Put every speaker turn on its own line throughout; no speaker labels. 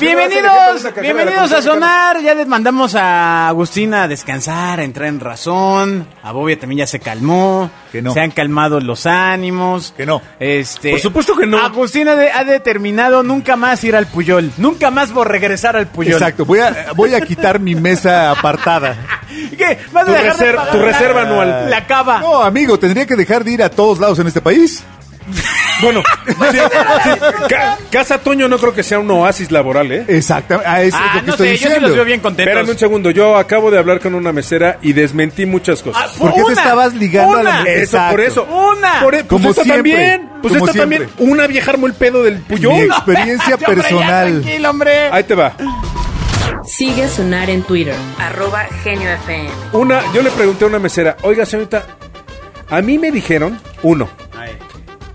Bienvenidos, bienvenidos a Sonar. Ya les mandamos a Agustina a descansar, a entrar en razón. A Bobia también ya se calmó.
Que no.
Se han calmado los ánimos.
Que no.
Este,
Por supuesto que no.
Agustina de- ha determinado nunca más ir al Puyol. Nunca más por regresar al Puyol.
Exacto, voy a, voy a quitar mi mesa apartada.
¿Qué? ¿Vas a
Tu
dejar de
reser-
pagar
tu
la-
reserva anual.
La cava.
No, amigo, tendría que dejar de ir a todos lados en este país.
Bueno, sí, sí, ca- Casa Toño no creo que sea un oasis laboral, ¿eh?
Exactamente, a eso
ah,
es lo que
no
estoy
sé, yo sí
diciendo.
los veo bien contentos.
Espérame un segundo, yo acabo de hablar con una mesera y desmentí muchas
Ah,
cosas.
¿Por qué te estabas ligando a la
una.
mujer?
Eso,
exacto.
por eso.
Una.
Por, pues
Como
esta
siempre,
también. Pues
como
esta
siempre.
también. Una vieja armó el pedo del
Mi
puyón.
experiencia
Hombre, ya,
personal.
tranquilo, hombre.
Ahí te va.
Sigue a Sonar en Twitter, arroba Genio FM.
Una, yo le pregunté a una mesera, oiga señorita, a mí me dijeron, uno,
Ah,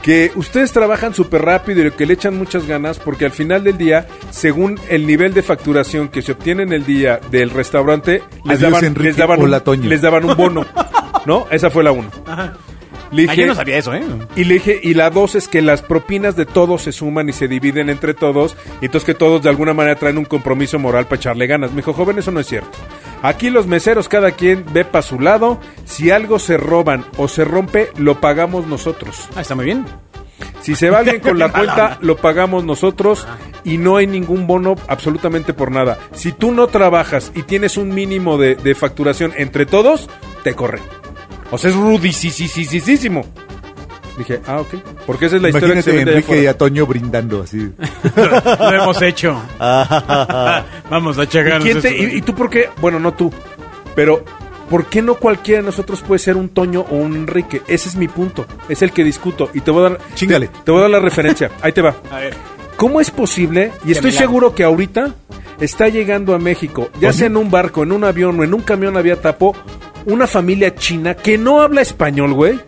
que ustedes trabajan súper rápido y que le echan muchas ganas porque al final del día, según el nivel de facturación que se obtiene en el día del restaurante, les,
Adiós,
daban,
Enrique,
les, daban
hola,
un,
Toño.
les daban un bono. ¿No? Esa fue la uno. Le
Ah,
dije-
yo no sabía eso, ¿eh?
y le dije, y la dos es que las propinas de todos se suman y se dividen entre todos, y entonces que todos de alguna manera traen un compromiso moral para echarle ganas. Me dijo, joven, eso no es cierto. Aquí los meseros, cada quien ve para su lado. Si algo se roban o se rompe, lo pagamos nosotros.
Ah, está muy bien.
Si se va alguien con la
Qué mala
cuenta,
onda.
lo pagamos nosotros y no hay ningún bono absolutamente por nada. Si tú no trabajas y tienes un mínimo de, de facturación entre todos, te corre. O sea, es rudisísimo. Dije, ah, ok. Porque esa es la historia que se
Imagínate a
vende allá
Enrique y
afuera.
a Toño brindando así.
Lo hemos hecho. Vamos a
¿Y,
checar.
quién te- y- y tú por qué? Bueno, no tú. Pero, ¿por qué no cualquiera de nosotros puede ser un Toño o un Enrique? Ese es mi punto. Es el que discuto. Y te voy a dar,
Chíngale.
te voy a dar la referencia. Ahí te va.
A ver.
¿Cómo es posible? Y estoy
me la-
seguro que ahorita está llegando a México, ya sea en un barco, en un avión o en un camión había tapo, una familia china que no habla español, güey.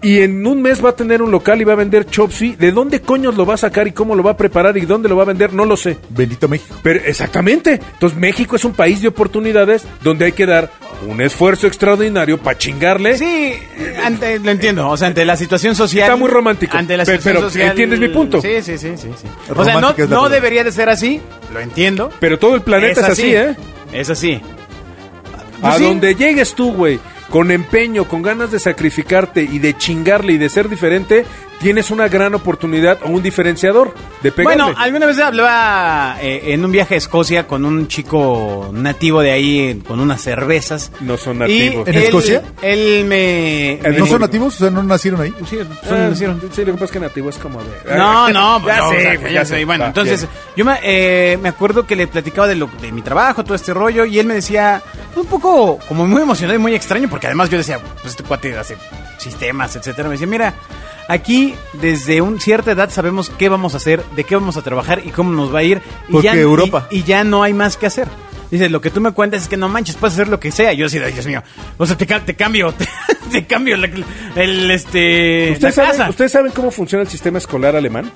Y en un mes va a tener un local y va a vender chopsy. ¿De dónde coños lo va a sacar y cómo lo va a preparar y dónde lo va a vender? No lo sé.
Bendito México.
Pero exactamente. Entonces México es un país de oportunidades donde hay que dar un esfuerzo extraordinario para chingarle.
Sí, eh, ante- lo entiendo. O sea, ante la situación social.
Está muy romántico.
Ante la
Pe-
situación
pero,
social.
¿entiendes mi punto?
Sí, sí, sí. sí, sí. O sea, no,
Romántica es la
no
palabra.
debería de ser así. Lo entiendo.
Pero todo el planeta es, así, ¿eh?
Es así. Pues
A
sí.
donde llegues tú, güey, con empeño, con ganas de sacrificarte y de chingarle y de ser diferente, tienes una gran oportunidad o un diferenciador de pegarle.
Bueno, alguna vez hablaba eh, en un viaje a Escocia con un chico nativo de ahí, eh, con unas cervezas.
No son
Y
nativos.
¿En
él-
Escocia?
Él me...
¿No
me-
¿No son nativos? O sea, ¿no nacieron ahí?
Sí,
Ah,
son-
sí,
sí,
lo que pasa es que nativo es como de...
No, no, pues
ya
no,
sé,
o sea,
güey,
ya
ya
sé.
sé.
Bueno,
Va,
entonces
bien.
yo me, eh, me acuerdo que le platicaba de, lo, de mi trabajo, todo este rollo, y él me decía, un poco como muy emocionado y muy extraño, porque además yo decía, pues este cuate hace sistemas, etcétera. Me decía, mira, aquí desde un cierta edad sabemos qué vamos a hacer, de qué vamos a trabajar y cómo nos va a ir. Y
Porque
ya, y-
Europa.
Y, ya no hay más que hacer. Dice, lo que tú me cuentas es que no manches, puedes hacer lo que sea. Yo decía, ay, Dios mío, o sea, te, ca- te cambio, te, te cambio la- el, este,
¿Ustedes
la
saben,
casa.
¿Ustedes saben cómo funciona el sistema escolar alemán?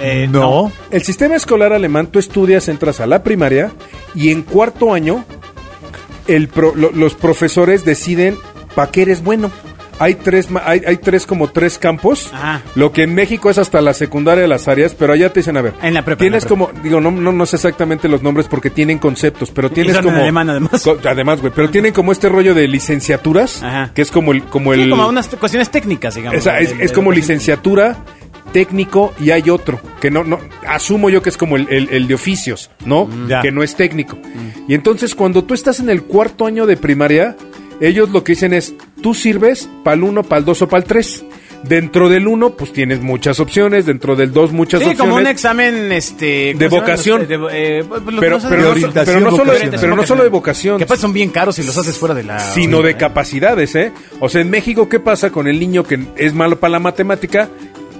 Eh,
no.
El sistema escolar alemán, tú estudias, entras a la primaria y en cuarto año el pro- lo- los profesores deciden para qué eres bueno. Hay tres, ma- hay, hay tres como tres campos.
Ajá.
Lo que en México es hasta la secundaria de las áreas, pero allá te dicen, a ver,
En la prepa, en la
tienes
prepa.
como, digo, no, no, no sé exactamente los nombres porque tienen conceptos, pero tienes
son en
como...
alemán, además.
co- además, güey, pero tienen como este rollo de licenciaturas,
Ajá.
que es como el... Como
Sí,
el
como unas cuestiones técnicas, digamos.
Esa es,
De- de-
es como
de-
licenciatura, técnico y hay otro, que no, no asumo yo que es como el, el- el de oficios, ¿no?
Mm, ya. Mm.
Que no es técnico. Y entonces cuando tú estás en el cuarto año de primaria, ellos lo que dicen es, tú sirves para el 1, para el 2 o para el 3. Dentro del 1, pues tienes muchas opciones, dentro del 2 muchas
Sí,
opciones.
como un examen
De
este, ¿cómo se llaman?
vocación.
Este, de- eh, pues, los
Pero-
que hacen-
pero
no- orientación
pero no solo de-
vocacional.
pero no solo de vocación.
Que pues son bien caros si los haces fuera de la...
Ah, sino de capacidades, ¿eh? O sea, en México, ¿qué pasa con el niño que es malo para la matemática?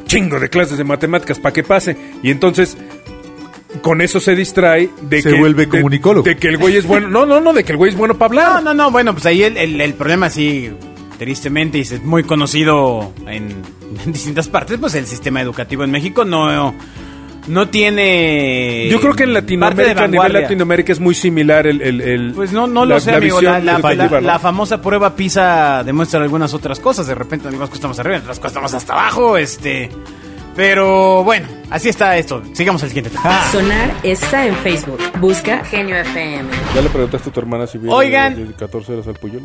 Chingo de clases de matemáticas para que pase. Y entonces, con eso se distrae de
Se
que.
vuelve
de-
comunicólogo.
De que el güey es bueno. No, no, no, de que el güey es bueno para hablar.
No, no, no, bueno, pues ahí el, el, el problema sí, tristemente, y es muy conocido en, en distintas partes, pues el sistema educativo en México no... no tiene.
Yo creo que en
parte de
Latinoamérica, a nivel
vanguardia.
Latinoamérica, es muy similar el. el- el-
Pues no, no lo sé, amigo.
visión
La, la-
del
la-
festival, ¿no?
la famosa prueba PISA demuestra algunas otras cosas. De repente, en algunas cosas estamos arriba, en otras cosas estamos hasta abajo. Este. Pero bueno, así está esto. Sigamos al siguiente. tema.
Ah. Sonar está en Facebook. Busca Genio FM.
Ya le preguntaste a tu hermana si viene
Oigan.
de 14 horas al Puyol.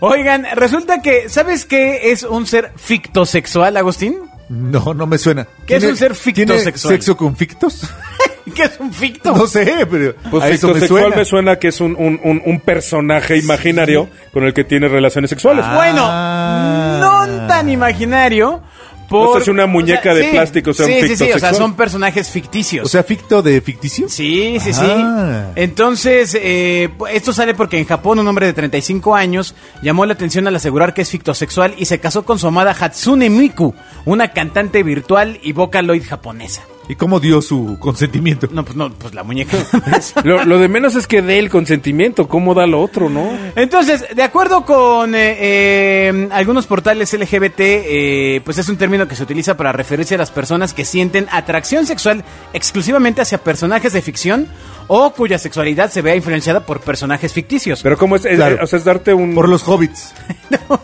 Oigan, resulta que, ¿sabes qué es un ser fictosexual, Agustín?
No, no me suena.
¿Qué es
¿Tiene-
un ser ficto
¿tiene
sexual?
sexo con fictos?
¿Qué es un ficto?
No sé, pero
Pues
a eso me
fictosexual
suena.
me suena que es un, un- un- un personaje imaginario con el que tiene relaciones sexuales.
Ah.
Pues Bueno, no tan imaginario. Por,
O sea, es una muñeca de plástico, o sea, un
sí, sí, sí, o sea,
fictosexual.
son personajes ficticios.
O sea, ficto de ficticio.
Sí, sí,
Ah.
sí. Entonces, eh, esto sale porque en Japón un hombre de 35 años llamó la atención al asegurar que es fictosexual y se casó con su amada Hatsune Miku, una cantante virtual y vocaloid japonesa.
¿Y cómo dio su consentimiento?
No, pues no, pues la muñeca.
Lo, lo de menos es que dé el consentimiento, cómo da lo otro, ¿no?
Entonces, de acuerdo con eh, eh, algunos portales LGBT, eh, pues es un término que se utiliza para referirse a las personas que sienten atracción sexual exclusivamente hacia personajes de ficción o cuya sexualidad se vea influenciada por personajes ficticios.
Pero cómo es, Es-
Claro.
o sea, es darte un...
Por los hobbits.
por,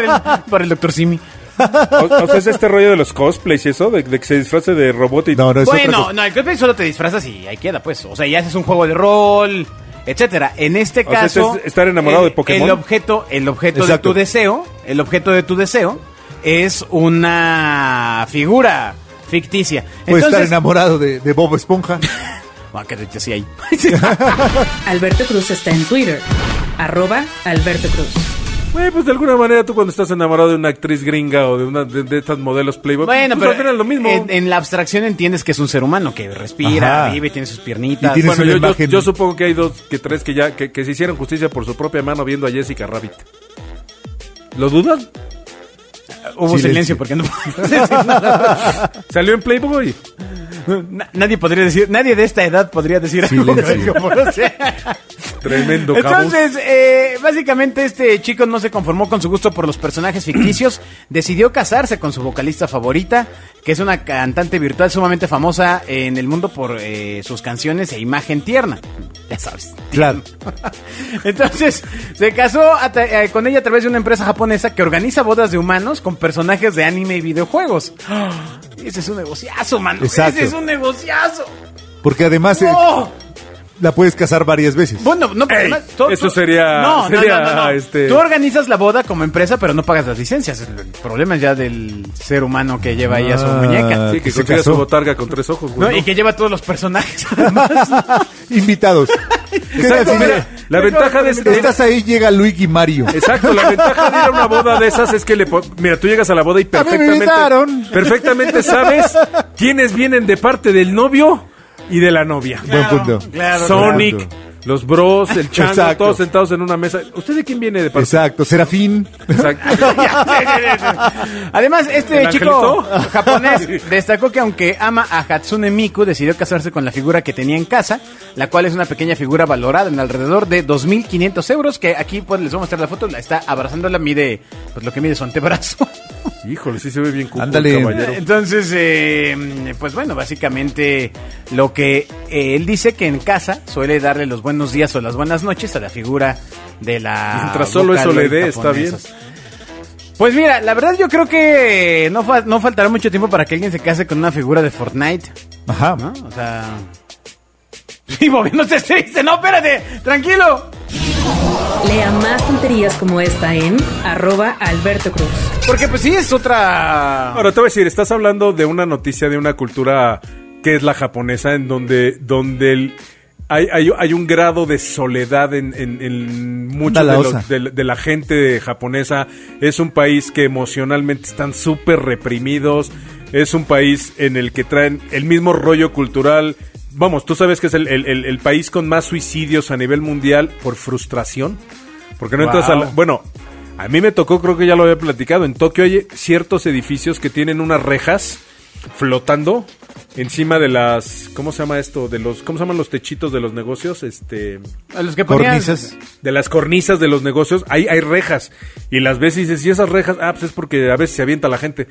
el, por el Dr. Simi.
O, o sea, es este rollo de los cosplays y eso, de, de que se disfrace de robot y...
No, no, es otra
Bueno,
cosa.
no, el cosplay solo te disfrazas y ahí queda, pues. O sea, ya haces un juego de rol, etcétera. En este
sea,
caso. eh,
es estar enamorado de Pokémon.
El objeto, el objeto de
Exacto.
tu deseo. El objeto de tu deseo es una figura ficticia.
Puede estar
Entonces.
enamorado de, de Bob Esponja.
Ah, que de hecho sí hay.
Pues,
Alberto Cruz está en Twitter. Arroba Alberto Cruz.
Güey, pues de alguna manera tú cuando estás enamorado de una actriz gringa o de una de, de estas modelos Playboy,
Bueno,
pues,
pero
al final es lo mismo.
En, en la abstracción entiendes que es un ser humano que respira,
Ajá.
vive, tiene sus piernitas.
Y tiene
bueno,
una
yo, yo-
imagen.
yo supongo que hay dos, que tres que ya que, que se hicieron justicia por su propia mano viendo a Jessica Rabbit. ¿Lo dudan?
Hubo silencio
Silencio.
porque no puedo decir nada.
Salió en Playboy.
Na- nadie podría decir, nadie de esta edad podría decir algo
Silencio.
como, o sea.
Tremendo cabrón.
Entonces, eh, básicamente este chico no se conformó con su gusto por los personajes ficticios, decidió casarse con su vocalista favorita, que es una cantante virtual sumamente famosa en el mundo por eh, sus canciones e imagen tierna. Ya sabes.
Claro.
Entonces, se casó a tra- eh, con ella a través de una empresa japonesa que organiza bodas de humanos con personajes de anime y videojuegos. Ese es un negociazo, mano.
Exacto.
Ese es un negociazo.
Porque además eh,
¡Oh!
la puedes casar varias veces.
Bueno, no, pero
Ey,
además, to-
eso
to-
sería-
No, no,
sería,
no, no, no.
este-
Tú organizas la boda como empresa, pero no pagas las licencias. El problema es ya del ser humano que lleva ahí a su
Ah.
muñeca.
sí, que
que se
consiga su
casó.
botarga con tres ojos,
¿no?
güey. ¿no?
Y que lleva todos los personajes. además.
Invitados. ¿Qué tal
Exacto,
si
mira, la
Sí,
ventaja
claro,
de este
llega- Estás ahí, llega Luigi Mario.
Exacto, la ventaja de ir a una boda de esas es que le po- mira, tú llegas a la boda y
me
perfectamente
invitaron.
perfectamente sabes quiénes vienen de parte del novio y de la novia.
Buen punto.
Claro,
Sonic,
claro.
los Bros, el Chango,
Exacto.
todos sentados en una mesa. ¿Usted de quién viene de parte?
Exacto, Serafín.
Exacto.
Además, este
¿El
chico
angelito?
japonés destacó que aunque ama a Hatsune Miku, decidió casarse con la figura que tenía en casa, la cual es una pequeña figura valorada en alrededor de 2.500 euros, que aquí pues les voy a mostrar la foto, la está abrazándola, mide pues lo que mide su antebrazo.
Híjole, sí se ve bien cuco
Ándale.
el caballero.
Entonces, eh, pues bueno, básicamente lo que eh, él dice que en casa suele darle los buenos días o las buenas noches a la figura de la...
Mientras solo eso le dé, está bien.
japonesas. Pues mira, la verdad yo creo que no, fa- no faltará mucho tiempo para que alguien se case con una figura de Fortnite,
Ajá.
¿no? O sea... Sí, Bobby, no te triste, no, espérate, tranquilo.
Lea más tonterías como esta en arroba Alberto Cruz.
Porque pues sí, es otra...
Ahora te voy a decir, estás hablando de una noticia de una cultura que es la japonesa, en donde, donde el- hay, hay- hay un grado de soledad en, en, en muchos de,
Dalaosa.
los- de la- de la gente japonesa. Es un país que emocionalmente están súper reprimidos. Es un país en el que traen el mismo rollo cultural. Vamos, tú sabes que es el, el- el- el país con más suicidios a nivel mundial por frustración. Porque no entras a la-
Wow.
Bueno, a mí me tocó, creo que ya lo había platicado. En Tokio hay ciertos edificios que tienen unas rejas flotando encima de las. ¿Cómo se llama esto? De los. ¿Cómo se llaman los techitos de los negocios? Este.
A los que ponían...
Cornisas.
De las cornisas de los negocios, ahí hay rejas. Y las ves y dices, ¿y esas rejas? Ah, pues es porque a veces se avienta la gente.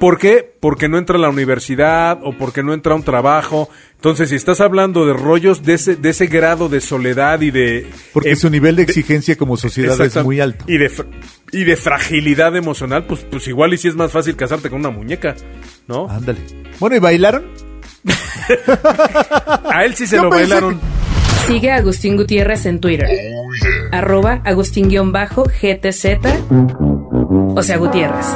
¿Por qué? Porque no entra a la universidad o porque no entra a un trabajo. Entonces, si estás hablando de rollos de ese, de ese grado de soledad y de...
Porque
eh,
su nivel de exigencia como sociedad es
Exactam-
muy alto.
Y de, fra- y de fragilidad emocional, pues, pues igual y si es más fácil casarte con una muñeca, ¿no?
Ándale. Bueno, ¿y bailaron?
A él sí se
Yo
lo
pensé
bailaron.
Sigue a Agustín Gutiérrez en Twitter. Arroba Agustín-GTZ. O sea, Gutiérrez.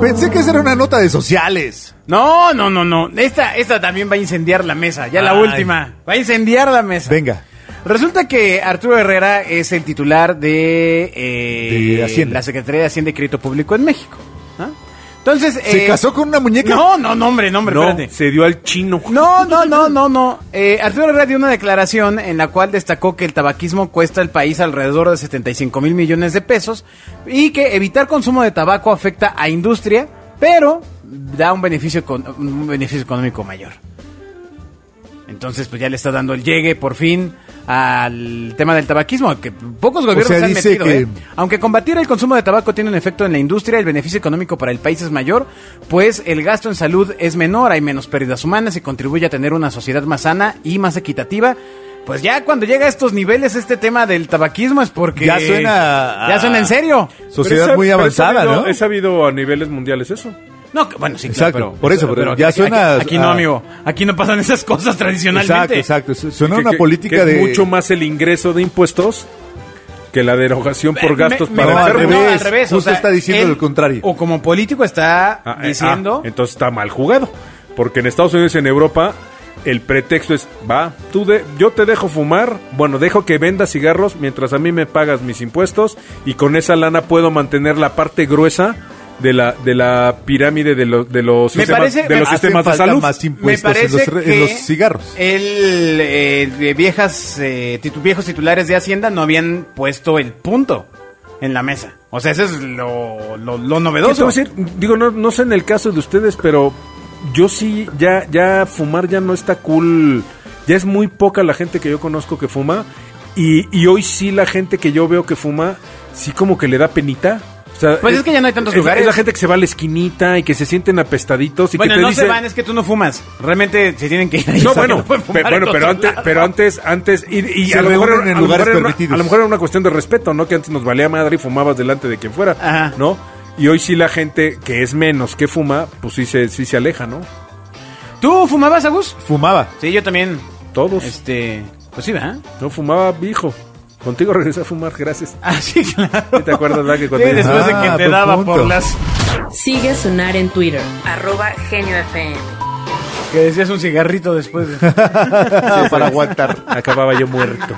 Pensé que esa era una nota de sociales.
No, no, no, no. Esta, esta también va a incendiar la mesa. Ya la
Ay.
última. Va a incendiar la mesa.
Venga.
Resulta que Arturo Herrera es el titular de, eh,
De Hacienda.
la Secretaría de Hacienda y Crédito Público en México. ¿no? Entonces.
¿Se
eh,
casó con una muñeca?
No, no, no, hombre, no, hombre,
no,
espérate.
se dio al chino.
No, no, no, no, no. Eh, Arturo Herrera dio una declaración en la cual destacó que el tabaquismo cuesta al país alrededor de 75 mil millones de pesos y que evitar consumo de tabaco afecta a industria, pero da un beneficio, econ- un beneficio económico mayor. Entonces, pues ya le está dando el llegue por fin al tema del tabaquismo, que pocos gobiernos
sea,
se han
dice
metido.
que-
¿eh? Aunque combatir el consumo de tabaco tiene un efecto en la industria, el beneficio económico para el país es mayor, pues el gasto en salud es menor, hay menos pérdidas humanas y contribuye a tener una sociedad más sana y más equitativa. Pues ya cuando llega a estos niveles este tema del tabaquismo es porque...
Ya suena a-
Ya suena en serio.
Sociedad
Pero es-
muy
pero es
avanzada,
sabido-
¿no?
Es sabido a niveles mundiales eso.
No, que- bueno, sí,
Exacto,
claro, pero...
por eso, pero ya
aquí-
suena
Aquí, aquí no,
a-
amigo. Aquí no pasan esas cosas tradicionalmente.
Exacto, exacto. Su- Suena
Que-
una
que-
política
que es
de...
mucho más el ingreso de impuestos que la derogación por
Eh,
gastos
me-
para
me-
no, al
enfermos.
revés. Justo está diciendo lo contrario.
O como político está
Ah, eh,
diciendo.
ah, entonces está mal jugado. Porque en Estados Unidos y en Europa el pretexto es, va, tú de, yo te dejo fumar, bueno, dejo que vendas cigarros mientras a mí me pagas mis impuestos y con esa lana puedo mantener la parte gruesa de la, de la pirámide de, los de los
Me
sistemas,
parece-
de, los
hacen
sistemas de
falta
salud.
más impuestos en los, re- en los cigarros.
El, eh, de viejas, eh, titu- viejos titulares de Hacienda no habían puesto el punto en la mesa. O sea, eso es lo, lo, lo
¿Qué te
novedoso.
voy a decir? Digo, no, no sé en el caso de ustedes, pero yo sí, ya, ya fumar ya no está cool. Ya es muy poca la gente que yo conozco que fuma. Y, y hoy sí la gente que yo veo que fuma, sí como que le da penita. O sea,
Pues es que ya no hay tantos
es-
lugares.
Es la gente que se va a la esquinita y que se sienten apestaditos y
bueno,
que te
no
dice...
se van, es que tú no fumas. Realmente se tienen que ir ahí,
No,
o sea, que
bueno,
pueden fumar
pe-
en
bueno, pero
otro
antes,
lado.
pero antes, antes, y, y
Se
a, lo mejor,
reúnen
era-
en
a lo mejor
lugares
era una-
permitidos.
a lo mejor era una cuestión de respeto, ¿no? Que antes nos valía madre y fumabas delante de quien fuera,
Ajá.
¿no? Y hoy sí la gente que es menos que fuma, pues sí se, sí se aleja, ¿no?
¿Tú fumabas, Agus?
Fumaba.
Sí, yo también.
Todos.
Este. Pues sí, ¿verdad?
No fumaba, hijo. Contigo regresé a fumar, gracias.
Ah, sí, claro.
¿Sí te acuerdas, verdad, que cuando-
Sí, después de
Ah,
que te
buen
daba
punto.
por las...
Sigue a Sonar en Twitter. Arroba Genio FM.
Que decías un cigarrito después.
para aguantar.
Acababa yo muerto.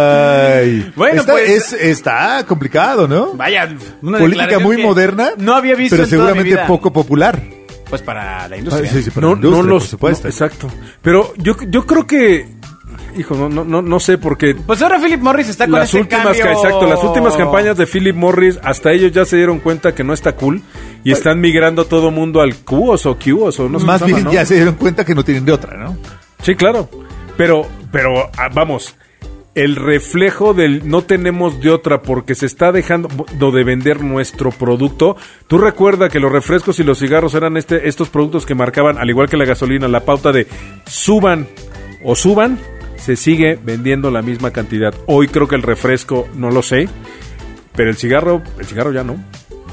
Ay.
Bueno,
Está-
pues-
es- está complicado, ¿no?
Vaya, una
política
declaración
muy
que
moderna.
No había visto
Pero
en toda mi
seguramente
vida.
poco popular.
Pues para la
Ah,
industria.
sí, sí, para
no,
la industria,
no los.
por supuesto.
no, exacto. Pero yo, yo creo que. Hijo, no, no, no, no sé, porque
Pues ahora Philip Morris está con
las
este
últimas
cambio.
ca- exacto las últimas campañas de Philip Morris hasta ellos ya se dieron cuenta que no está cool y están migrando todo mundo al Qos o Qos o no sé
Pues, Más
cómo se
bien
llama,
ya
¿no?
se dieron cuenta que no tienen de otra, ¿no?
sí claro pero pero ah, vamos el reflejo del no tenemos de otra porque se está dejando bo- de vender nuestro producto. Tú recuerda que los refrescos y los cigarros eran este, estos productos que marcaban, al igual que la gasolina, la pauta de suban o suban, se sigue vendiendo la misma cantidad. Hoy creo que el refresco, no lo sé, pero el cigarro, el cigarro ya no.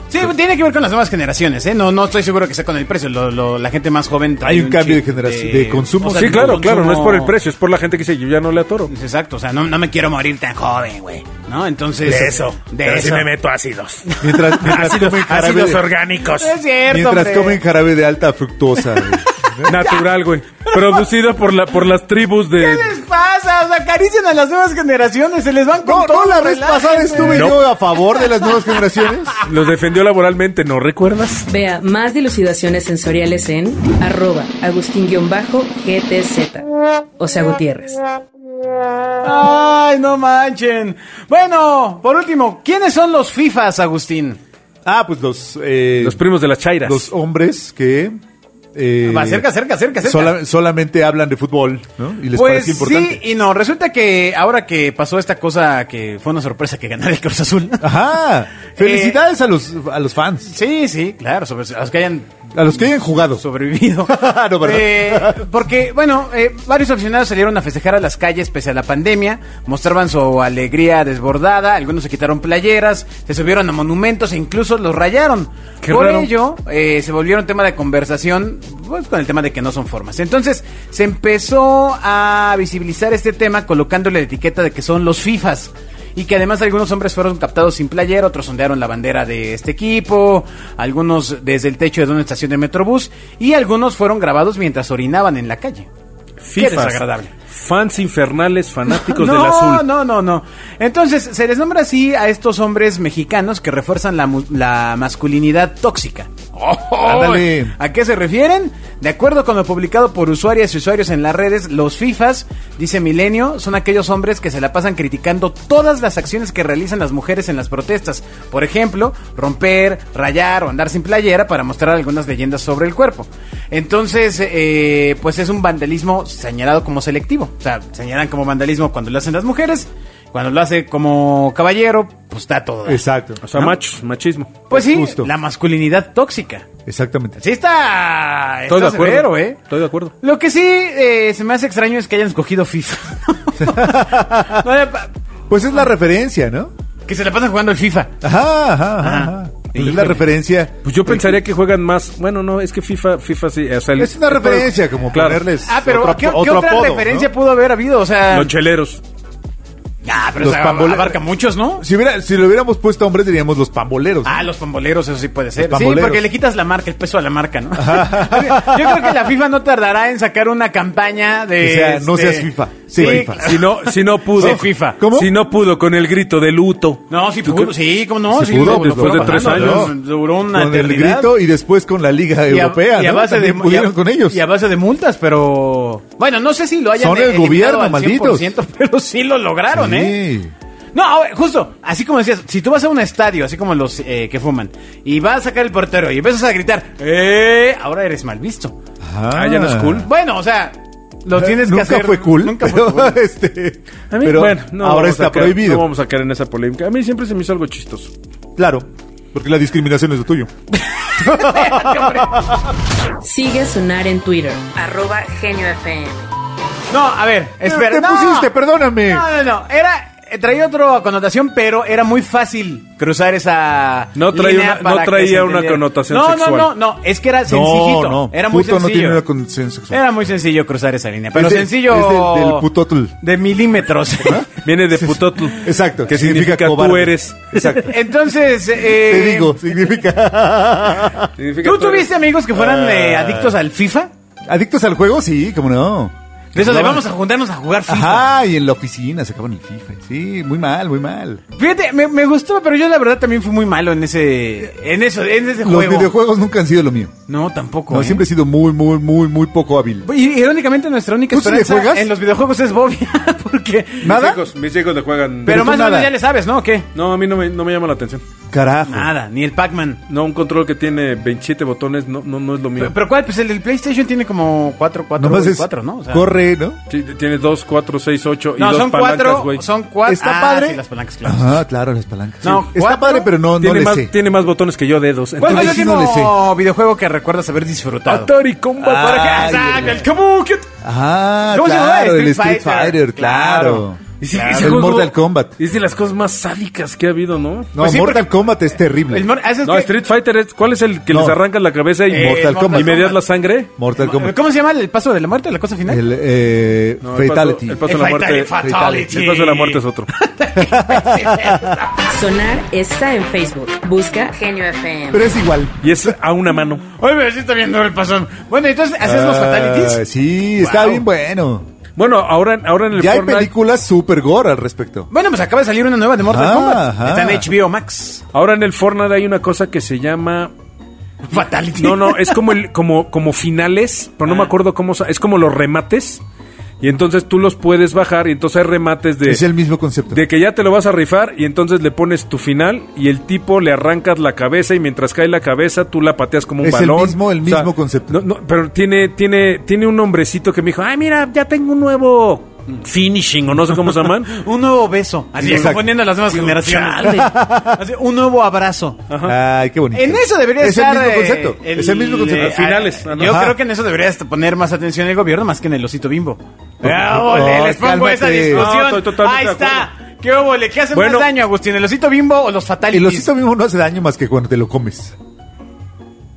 Sí,
pues
tiene que ver con las nuevas generaciones, ¿eh? No, no estoy seguro que sea con el precio. Lo- lo- la gente más joven. trae
Hay un cambio de
chip
generación- de consumo.
sí,
de
claro,
consumo-
claro, no es por el precio, es por la gente que dice, yo ya no le atoro.
Es Exacto, o sea, no, no me quiero morir tan joven, güey. ¿No? Entonces. De
pero
eso.
sí meto ácidos.
Mientras, mientras comen jarabe de,
orgánicos.
Es cierto.
mientras
hombre.
comen jarabe de alta fructosa.
Natural, güey. Producido por, la, por las tribus de...
¿Qué les pasa? O sea, acarician a las nuevas generaciones. Se les van con
No,
todo.
no, la vez pasada
relájense.
estuve
No.
yo a favor de las nuevas generaciones.
Los defendió laboralmente, ¿no recuerdas?
Vea más dilucidaciones sensoriales en arroba Agustín-GTZ. O sea, Gutiérrez.
Ay, no manchen. Bueno, por último, ¿quiénes son los FIFAs, Agustín?
Ah, pues los, eh,
Los primos de las chairas.
los hombres que eh,
Va, cerca, cerca, cerca, cerca.
sola- solamente hablan de fútbol, ¿no? Y les
Pues
parece importante.
sí y no. Resulta que ahora que pasó esta cosa que fue una sorpresa que ganara el Cruz Azul.
Ah. Ajá.
Eh,
Felicidades a los a los fans,
sí, sí, claro. Sobre, a los que hayan
a los que hayan jugado.
sobrevivido.
Ah,
No, ¿verdad?
Eh, porque, bueno, eh, varios aficionados salieron a festejar a las calles pese a la pandemia, mostraban su alegría desbordada, algunos se quitaron playeras, se subieron a monumentos e incluso los rayaron.
Qué
Por
raro.
ello, eh, se volvieron tema de conversación pues, con el tema de que no son formas. Entonces, se empezó a visibilizar este tema colocándole la etiqueta de que son los FIFAs. Y que además algunos hombres fueron captados sin playera, otros ondearon la bandera de este equipo, algunos desde el techo de una estación de Metrobús y algunos fueron grabados mientras orinaban en la calle. Qué
Fifas,
desagradable.
Fans infernales fanáticos
Ah, No,
del azul.
no, no, no. Entonces, se les nombra así a estos hombres mexicanos que refuerzan la, mu- la masculinidad tóxica.
Ándale.
¿A qué se refieren? De acuerdo con lo publicado por usuarias y usuarios en las redes, los FIFAs, dice Milenio, son aquellos hombres que se la pasan criticando todas las acciones que realizan las mujeres en las protestas. Por ejemplo, romper, rayar o andar sin playera para mostrar algunas leyendas sobre el cuerpo. Entonces, eh, pues es un vandalismo señalado como selectivo. O sea, señalan como vandalismo cuando lo hacen las mujeres. Cuando lo hace como caballero, pues está todo.
Exacto.
O sea, machos, machismo.
Pues sí,
justo.
la masculinidad tóxica.
Exactamente.
Sí está,
Estoy
está
de acuerdo.
severo, ¿eh?
Estoy de acuerdo.
Lo que sí eh, se me hace extraño es que hayan escogido FIFA. No, ya pa-
Pues es la referencia, ¿no?
que se la pasan jugando el FIFA.
Ajá, ajá, ajá,
Ajá.
ajá. Pues es
Híjole.
la referencia.
Pues yo pensaría que juegan más. Bueno, no, es que FIFA, FIFA sí. o sea, el-
Es una
el-
referencia, como
Claro.
ponerles.
Ah, pero
otro
¿qué,
apo-
qué
otro
otra
apodo,
referencia
¿no?
pudo haber habido? O sea,
Los cheleros.
ah, pero
los
se
pambole-
abarca muchos, ¿no?
Si, hubiera, si lo hubiéramos puesto a hombres, diríamos los pamboleros.
Ah, los pamboleros, eso sí puede ser.
Los
Sí,
pamboleros.
porque le quitas la marca, el peso a la marca, ¿no? Yo creo que la FIFA no tardará en sacar una campaña de... este,
Que sea, no seas FIFA, sé FIFA.
claro.
Si no, si no pudo.
Sí, FIFA.
¿Cómo?
Si no pudo con el grito de luto.
No, sí pudo, sí, ¿cómo no?
Sí
Sí,
pudo,
lo-
pues,
lo
después
fueron
de tres
bajando,
años.
Duró una
con el
eternidad.
grito y después con la Liga
Y a-
Europea.
y a
¿no?
base de
También
mu- y
pudieron
a-
con ellos.
Y a base de multas, pero. Bueno, no sé si lo hayan
Son el
eliminado
gobierno,
al
malditos.
100%, Pero sí lo lograron, ¿eh?
Sí.
No, a ver, justo, así como decías, si tú vas a un estadio, así como los eh, que fuman, y vas a sacar el portero y empiezas a gritar, ¡eh! Ahora eres mal visto.
Ajá.
Ah, ya no es cool.
Bueno, o sea, lo tienes que
Eh, nunca
hacer.
fue cool.
Nunca fue
pero,
cool.
este,
A mí,
pero
bueno, no
ahora
vamos a
está
caer-
prohibido.
No vamos a caer en esa polémica. A mí siempre se me hizo algo chistoso.
Claro, porque la discriminación es lo tuyo.
Sigue a Sonar en Twitter, arroba Genio FM.
No, a ver, espera.
te
no.
pusiste, perdóname.
No, no, no. Era. eh, Traía otra connotación, pero era muy fácil cruzar esa.
No traía
línea
una-
para
no
que
traía
se
una
entendiera.
connotación
no,
sexual.
No, no, no. Es que era sencillito. era muy
puto
sencillo.
no tiene una condición sexual.
Era muy sencillo cruzar esa línea. Pero
Es de-
sencillo.
es de- del putotl. ¿Ah?
De milímetros.
Viene de putotl.
Exacto,
Que
que
significa,
significa
tú
cobarde.
eres.
Exacto.
Entonces. eh,
Te digo, significa...
Significa
¿Tú
tú eres.
tuviste amigos que fueran
Ah.
eh, adictos al FIFA?
¿Adictos al juego? Sí, como no.
De eso de
No.
vamos a juntarnos a jugar FIFA.
Ajá, y en la oficina sacaban el FIFA. Sí, muy mal, muy mal.
Fíjate, me, me gustó, pero yo la verdad también fui muy malo en ese. En eso, en ese
Los
juego.
videojuegos nunca han sido lo mío.
No, tampoco.
No,
¿eh?
siempre he sido muy, muy, muy, muy poco hábil.
Y irónicamente nuestra única
¿Tú sí le
esperanza
juegas?
en los videojuegos es Bobby, porque...
¿Nada?
Mis hijos, mis hijos le juegan.
Pero
tú
más o
nada.
menos ya le sabes, ¿no? ¿O qué?
No, a mí no me, no me llama la atención.
Carajo.
Nada, ni el Pac-Man.
No, un control que tiene 27 botones no, no, no es lo mío.
Pero, pero ¿cuál? Pues el del PlayStation tiene como 4, 4,
Nomás es...
4, ¿no? O sea-
corre, ¿no?
Sí, tiene 2, 4, 6, 8 y
no,
dos
son
palancas,
4,
güey.
son 4.
Está padre.
Ah, las palancas, claro.
Ah, claro, las palancas.
No,
Sí. Está
cuatro.
padre, pero no, no
tiene,
le
más,
sé.
tiene más botones que yo dedos.
¿Cuál fue el
Entonces sí no le
último videojuego que recuerdas haber disfrutado?
Atari Combat
Ah,
¿Para qué?
Ay,
Exacto,
verdad.
el Kabuki-
Ah,
¿Cómo se
claro,
llamaba?
el Street Fighter, claro.
Y sí,
Claro,
ese
El
juego
Mortal Kombat.
Es de las cosas más sádicas que ha habido, ¿no?
No,
Pues sí,
Mortal Kombat es terrible.
El mor- ah, ese es
No,
que-
Street Fighter, es, ¿cuál es el que
No.
les arrancas la cabeza y,
Eh,
Mortal
Mortal
Kombat.
y medias la sangre?
Mortal Kombat.
¿Cómo se llama el paso de la muerte, la cosa final?
El, eh,
No, el paso-
Fatality.
el paso de la muerte.
fatality.
El paso de la muerte es otro.
Sonar está en Facebook. Busca Genio FM.
Pero es igual.
Y es a una mano.
Oye, pero sí está viendo el pasón. Bueno, entonces, ¿haces los
Ah,
fatalities?
Sí, está
Wow.
bien bueno.
Bueno, ahora, ahora en el
Ya hay
Fortnite.
películas super gore al respecto.
Bueno, pues acaba de salir una nueva de Mortal
Ajá,
Kombat.
ajá.
Está en HBO Max.
Ahora en el Fortnite hay una cosa que se llama.
Fatality.
Ah.
No, no, es como el, como, como finales, pero no me acuerdo cómo. sa- Es como los remates. y entonces tú los puedes bajar y entonces hay remates de...
Es el mismo concepto.
De que ya te lo vas a rifar y entonces le pones tu final y el tipo le arrancas la cabeza y mientras cae la cabeza tú la pateas como un
Es el
balón.
mismo- el mismo concepto.
no, no, pero tiene, tiene, tiene un hombrecito que me dijo, ay mira, ya tengo un nuevo
Mm.
finishing o no sé cómo se llaman.
Un nuevo beso. Así,
Exacto.
confundiendo a las nuevas generaciones. Así, un nuevo abrazo.
Ay, qué bonito.
En eso debería
es
estar...
el mismo
eh,
concepto. es el mismo concepto.
eh,
Finales.
ah, Yo
Ajá.
creo que en eso debería hasta poner más atención el gobierno más que en el osito bimbo. Ah,
Oh,
ole, les pongo
cálmate.
esa
No,
discusión.
estoy totalmente
Ahí
de
está. ¿Qué obole? ¿Qué hace
Bueno.
más daño, Agustín? ¿El osito bimbo o los
El
fatalities?
osito mismo no hace daño más que cuando te lo comes.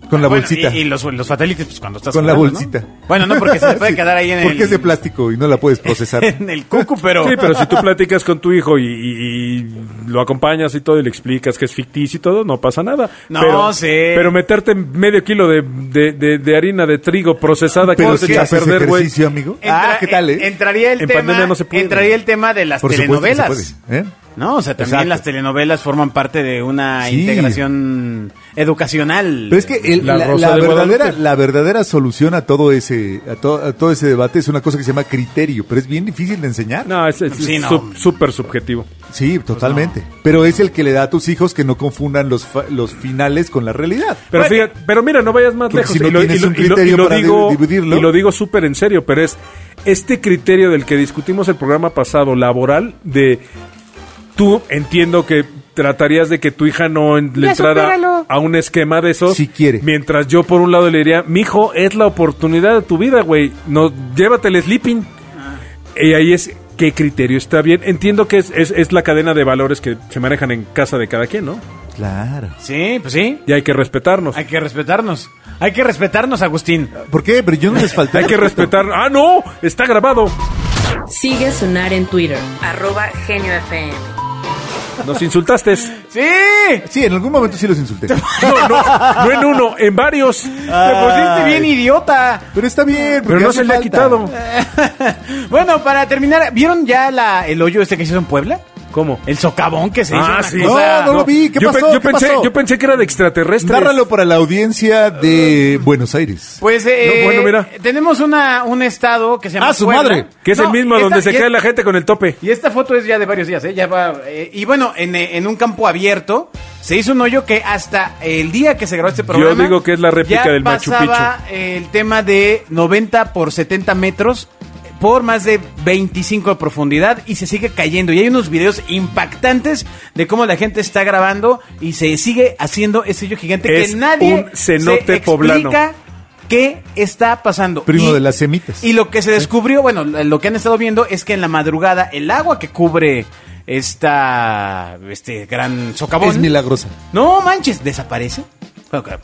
Con la
Bueno,
bolsita.
y, y los, los fatalities, pues cuando estás
con la
jugando, ¿no?
bolsita.
Bueno, no, porque se te puede
Sí,
quedar ahí en
Porque
el...
es de plástico y no la puedes procesar.
en el cucu, pero...
Sí, pero si tú platicas con tu hijo y, y- y lo acompañas y todo y le explicas que es ficticio y todo, no pasa nada.
No,
pero,
sí.
Pero meterte medio kilo de, de- de- de harina de trigo procesada que
Pero
vas a
si
echar a
haces
perder, güey.
ejercicio, amigo.
Entra-
ah, ¿qué tal,
en-
eh?
Entraría el
En
tema...
pandemia no se puede.
Entraría el tema de las
Por supuesto que se
telenovelas.
puede, ¿eh?
No, o sea, también
Exacto.
las telenovelas forman parte de una
Sí.
integración educacional.
Pero es que eh, el-
La
la,
Rosa
la
de
verdadera,
Guadalupe.
la verdadera solución a todo ese a, to- a todo ese debate es una cosa que se llama criterio, pero es bien difícil de enseñar.
No, Pues es es-
Sí,
es
no.
sub- súper subjetivo.
Sí, totalmente. Pero es el que le da a tus hijos que no confundan los, fa- los finales con la realidad.
Pero
Bueno.
fíjate, pero mira, no vayas más
Porque
lejos.
si no
y, lo, y
tienes
lo-
un
y lo- y
criterio
lo
para
digo,
dividirlo.
y lo digo súper en serio, pero es este criterio del que discutimos el programa pasado, laboral, de tú entiendo que tratarías de que tu hija no en- le entrara a un esquema de esos.
Si quiere.
Mientras yo por un lado le diría, mijo, es la oportunidad de tu vida, güey. No, llévate el sleeping. Y ahí es qué criterio está bien. Entiendo que es, es, es la cadena de valores que se manejan en casa de cada quien, ¿no?
Claro.
Sí, pues sí.
Y hay que respetarnos.
Hay que respetarnos. Hay que respetarnos, Agustín.
¿Por qué? Pero yo no les falté.
Hay que respetar. ¡Ah, no! Está grabado.
Sigue a Sonar en Twitter, arroba Genio FM.
Nos insultaste.
¡Sí!
Sí, en algún momento sí los insulté.
No, no, no en uno, en varios.
Te pusiste bien
Ay.
idiota.
Pero está bien.
Pero
porque
no
hace
se le ha
falta.
quitado.
Bueno, para terminar, ¿vieron ya la, el hoyo este que se hizo en Puebla?
¿Cómo? Ah,
El socavón que se hizo. una
No,
cosa-
Ah, no lo vi. ¿Qué
yo,
pasó?
pe- yo
¿Qué
pensé,
pasó?
yo pensé que era de extraterrestres.
Nárralo para la audiencia de Buenos Aires.
Pues eh,
No, bueno, mira.
tenemos una, un estado que se llama.
Ah, su
Puebla.
madre.
Que es
No,
el mismo
esta-
donde se
y es-
cae la gente con el tope.
Y esta foto es ya de varios días, ¿eh? Ya va, eh, y bueno, en, eh, en un campo abierto se hizo un hoyo que hasta el día que se grabó este programa...
digo que es la réplica
ya
del Machu
pasaba el tema de 90 por 70 metros por más de 25 de profundidad y se sigue cayendo. Y hay unos videos impactantes de cómo la gente está grabando y se sigue haciendo ese hoyo gigante
Es
que nadie
un cenote
se
poblano.
explica qué está pasando.
Primo
Y-
de las semitas.
y lo que se descubrió, bueno, lo que han estado viendo es que en la madrugada el agua que cubre esta este gran socavón
Es milagrosa.
No manches, desaparece. Bueno, claro,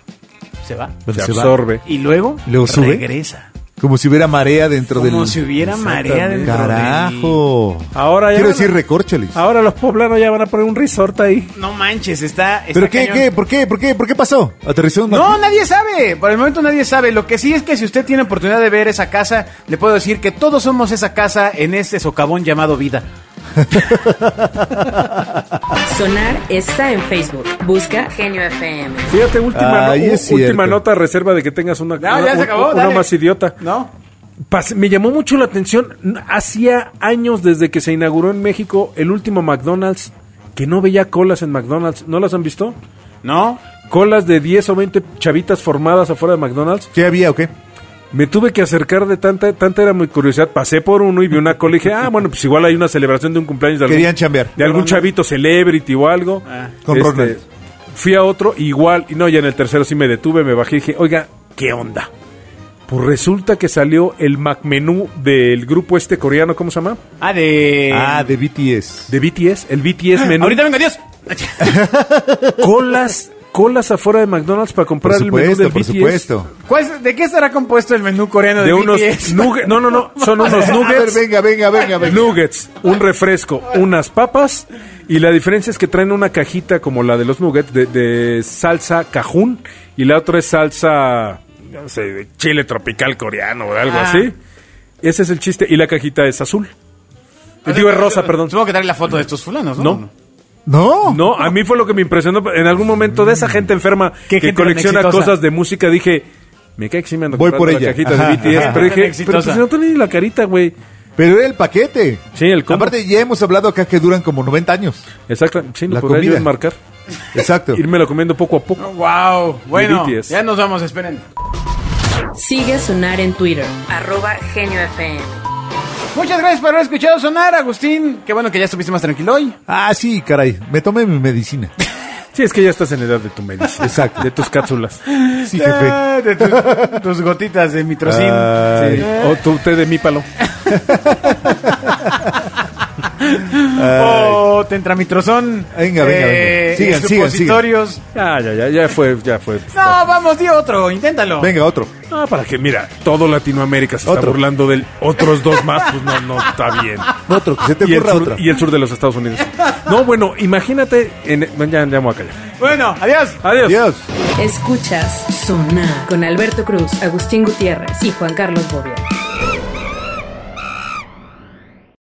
se va
Se
Pero se va.
absorbe.
y luego,
Luego sube.
regresa.
Como si hubiera marea dentro del.
Como si hubiera marea dentro del-
Carajo.
Ahora ya
Quiero
van a-
decir recorcholis.
Ahora los poblanos ya van a poner un resort ahí.
No manches, está, está
¿Pero qué,
cañón.
qué? ¿Por qué? ¿Por qué? ¿Por qué pasó? ¿Aterrizó un
No, nadie sabe. Por el momento nadie sabe. Lo que sí es que si usted tiene oportunidad de ver esa casa, le puedo decir que todos somos esa casa en este socavón llamado vida.
Sonar está en Facebook. Busca Genio FM.
Fíjate, última,
Ay,
no-
es
última
cierto.
nota a reserva de que tengas una,
No,
una-
ya se acabó,
una
dale.
más idiota.
No.
Pas- me llamó mucho la atención. n- Hacía años desde que se inauguró en México el último McDonald's que no veía colas en McDonald's. ¿No las han visto?
No.
Colas de 10 o 20 chavitas formadas afuera de McDonald's.
¿Qué había o qué?
Me tuve que acercar de tanta, tanta era mi curiosidad. Pasé por uno y vi una cola y dije, ah, bueno, pues igual hay una celebración de un cumpleaños de algún,
Querían chambear.
De algún chavito celebrity o algo. Este,
Ah.
Con Ronald.
Fui a otro igual, y no, ya en el tercero sí me detuve, me bajé y dije, oiga, ¿qué onda? Pues resulta que salió el McMenú del grupo este coreano, ¿cómo se llama?
Ah,
Eh,
de...
ah, de BTS.
De BTS, el BTS menú.
Ahorita vengo, adiós.
colas, colas afuera de McDonald's para
Por
comprar el menú
supuesto,
del
por
BTS.
supuesto.
¿Cuál es- ¿De qué estará compuesto el menú coreano de,
De unos
BTS?
nuggets. No, no, no. Son unos
A ver,
nuggets.
venga, venga, venga, venga.
Nuggets, un refresco, unas papas y la diferencia es que traen una cajita como la de los nuggets de, de salsa cajún y la otra es salsa no sé, de chile tropical coreano o algo
Ah.
así. Ese es el chiste y la cajita es azul.
O sea,
Digo, es rosa, perdón.
Supongo que trae la foto de estos fulanos, ¿no?
No.
No.
No, a mí fue lo que me impresionó en algún momento de esa gente enferma
Mm. Qué
que
gente tan
colecciona
exitosa.
cosas de música. Dije, me cae que sí me ando
Voy
comprando
por
la
ella.
cajita de
Ajá,
BTS,
ajá.
pero
Gente
dije,
tan
pero
exitosa.
pues, si no tiene ni la carita, güey.
Pero era el paquete.
Sí, el combo.
Aparte, ya hemos hablado acá que duran como 90 años.
Exacto, sí,
La
lo podría yo
comida.
enmarcar.
Exacto.
Írmelo comiendo poco a poco.
Wow, bueno,
BTS.
ya nos vamos, esperen.
Sigue a Sonar en Twitter, arroba Genio FM.
Muchas gracias por haber escuchado sonar, Agustín. Qué bueno que ya estuviste más tranquilo hoy.
Ah, sí, caray. Me tomé mi medicina.
Sí, es que ya estás en edad de tu medicina.
Exacto.
De tus cápsulas.
Sí, jefe.
Ah, de tus, tus gotitas de mitrocin.
Ay.
Sí. O tu té de mípalo.
O Oh, tentramitrozón. Eh,
Venga, venga, venga. Sigan, sigan,
supositorios.
Ya, ya, ya, ya fue, ya fue.
No, vamos, di otro, inténtalo.
Venga, otro.
Ah, para que, mira, todo Latinoamérica se está
Otro.
burlando del otros dos más, pues no, no está bien.
Otro, que se te
y, el
ocurra
sur,
otro.
y el sur de los Estados Unidos. No, bueno, imagínate. En, bueno, ya, ya me voy a callar.
Bueno, adiós.
Adiós.
Adiós.
Escuchas Sonar con Alberto Cruz, Agustín Gutiérrez y Juan Carlos Bobia.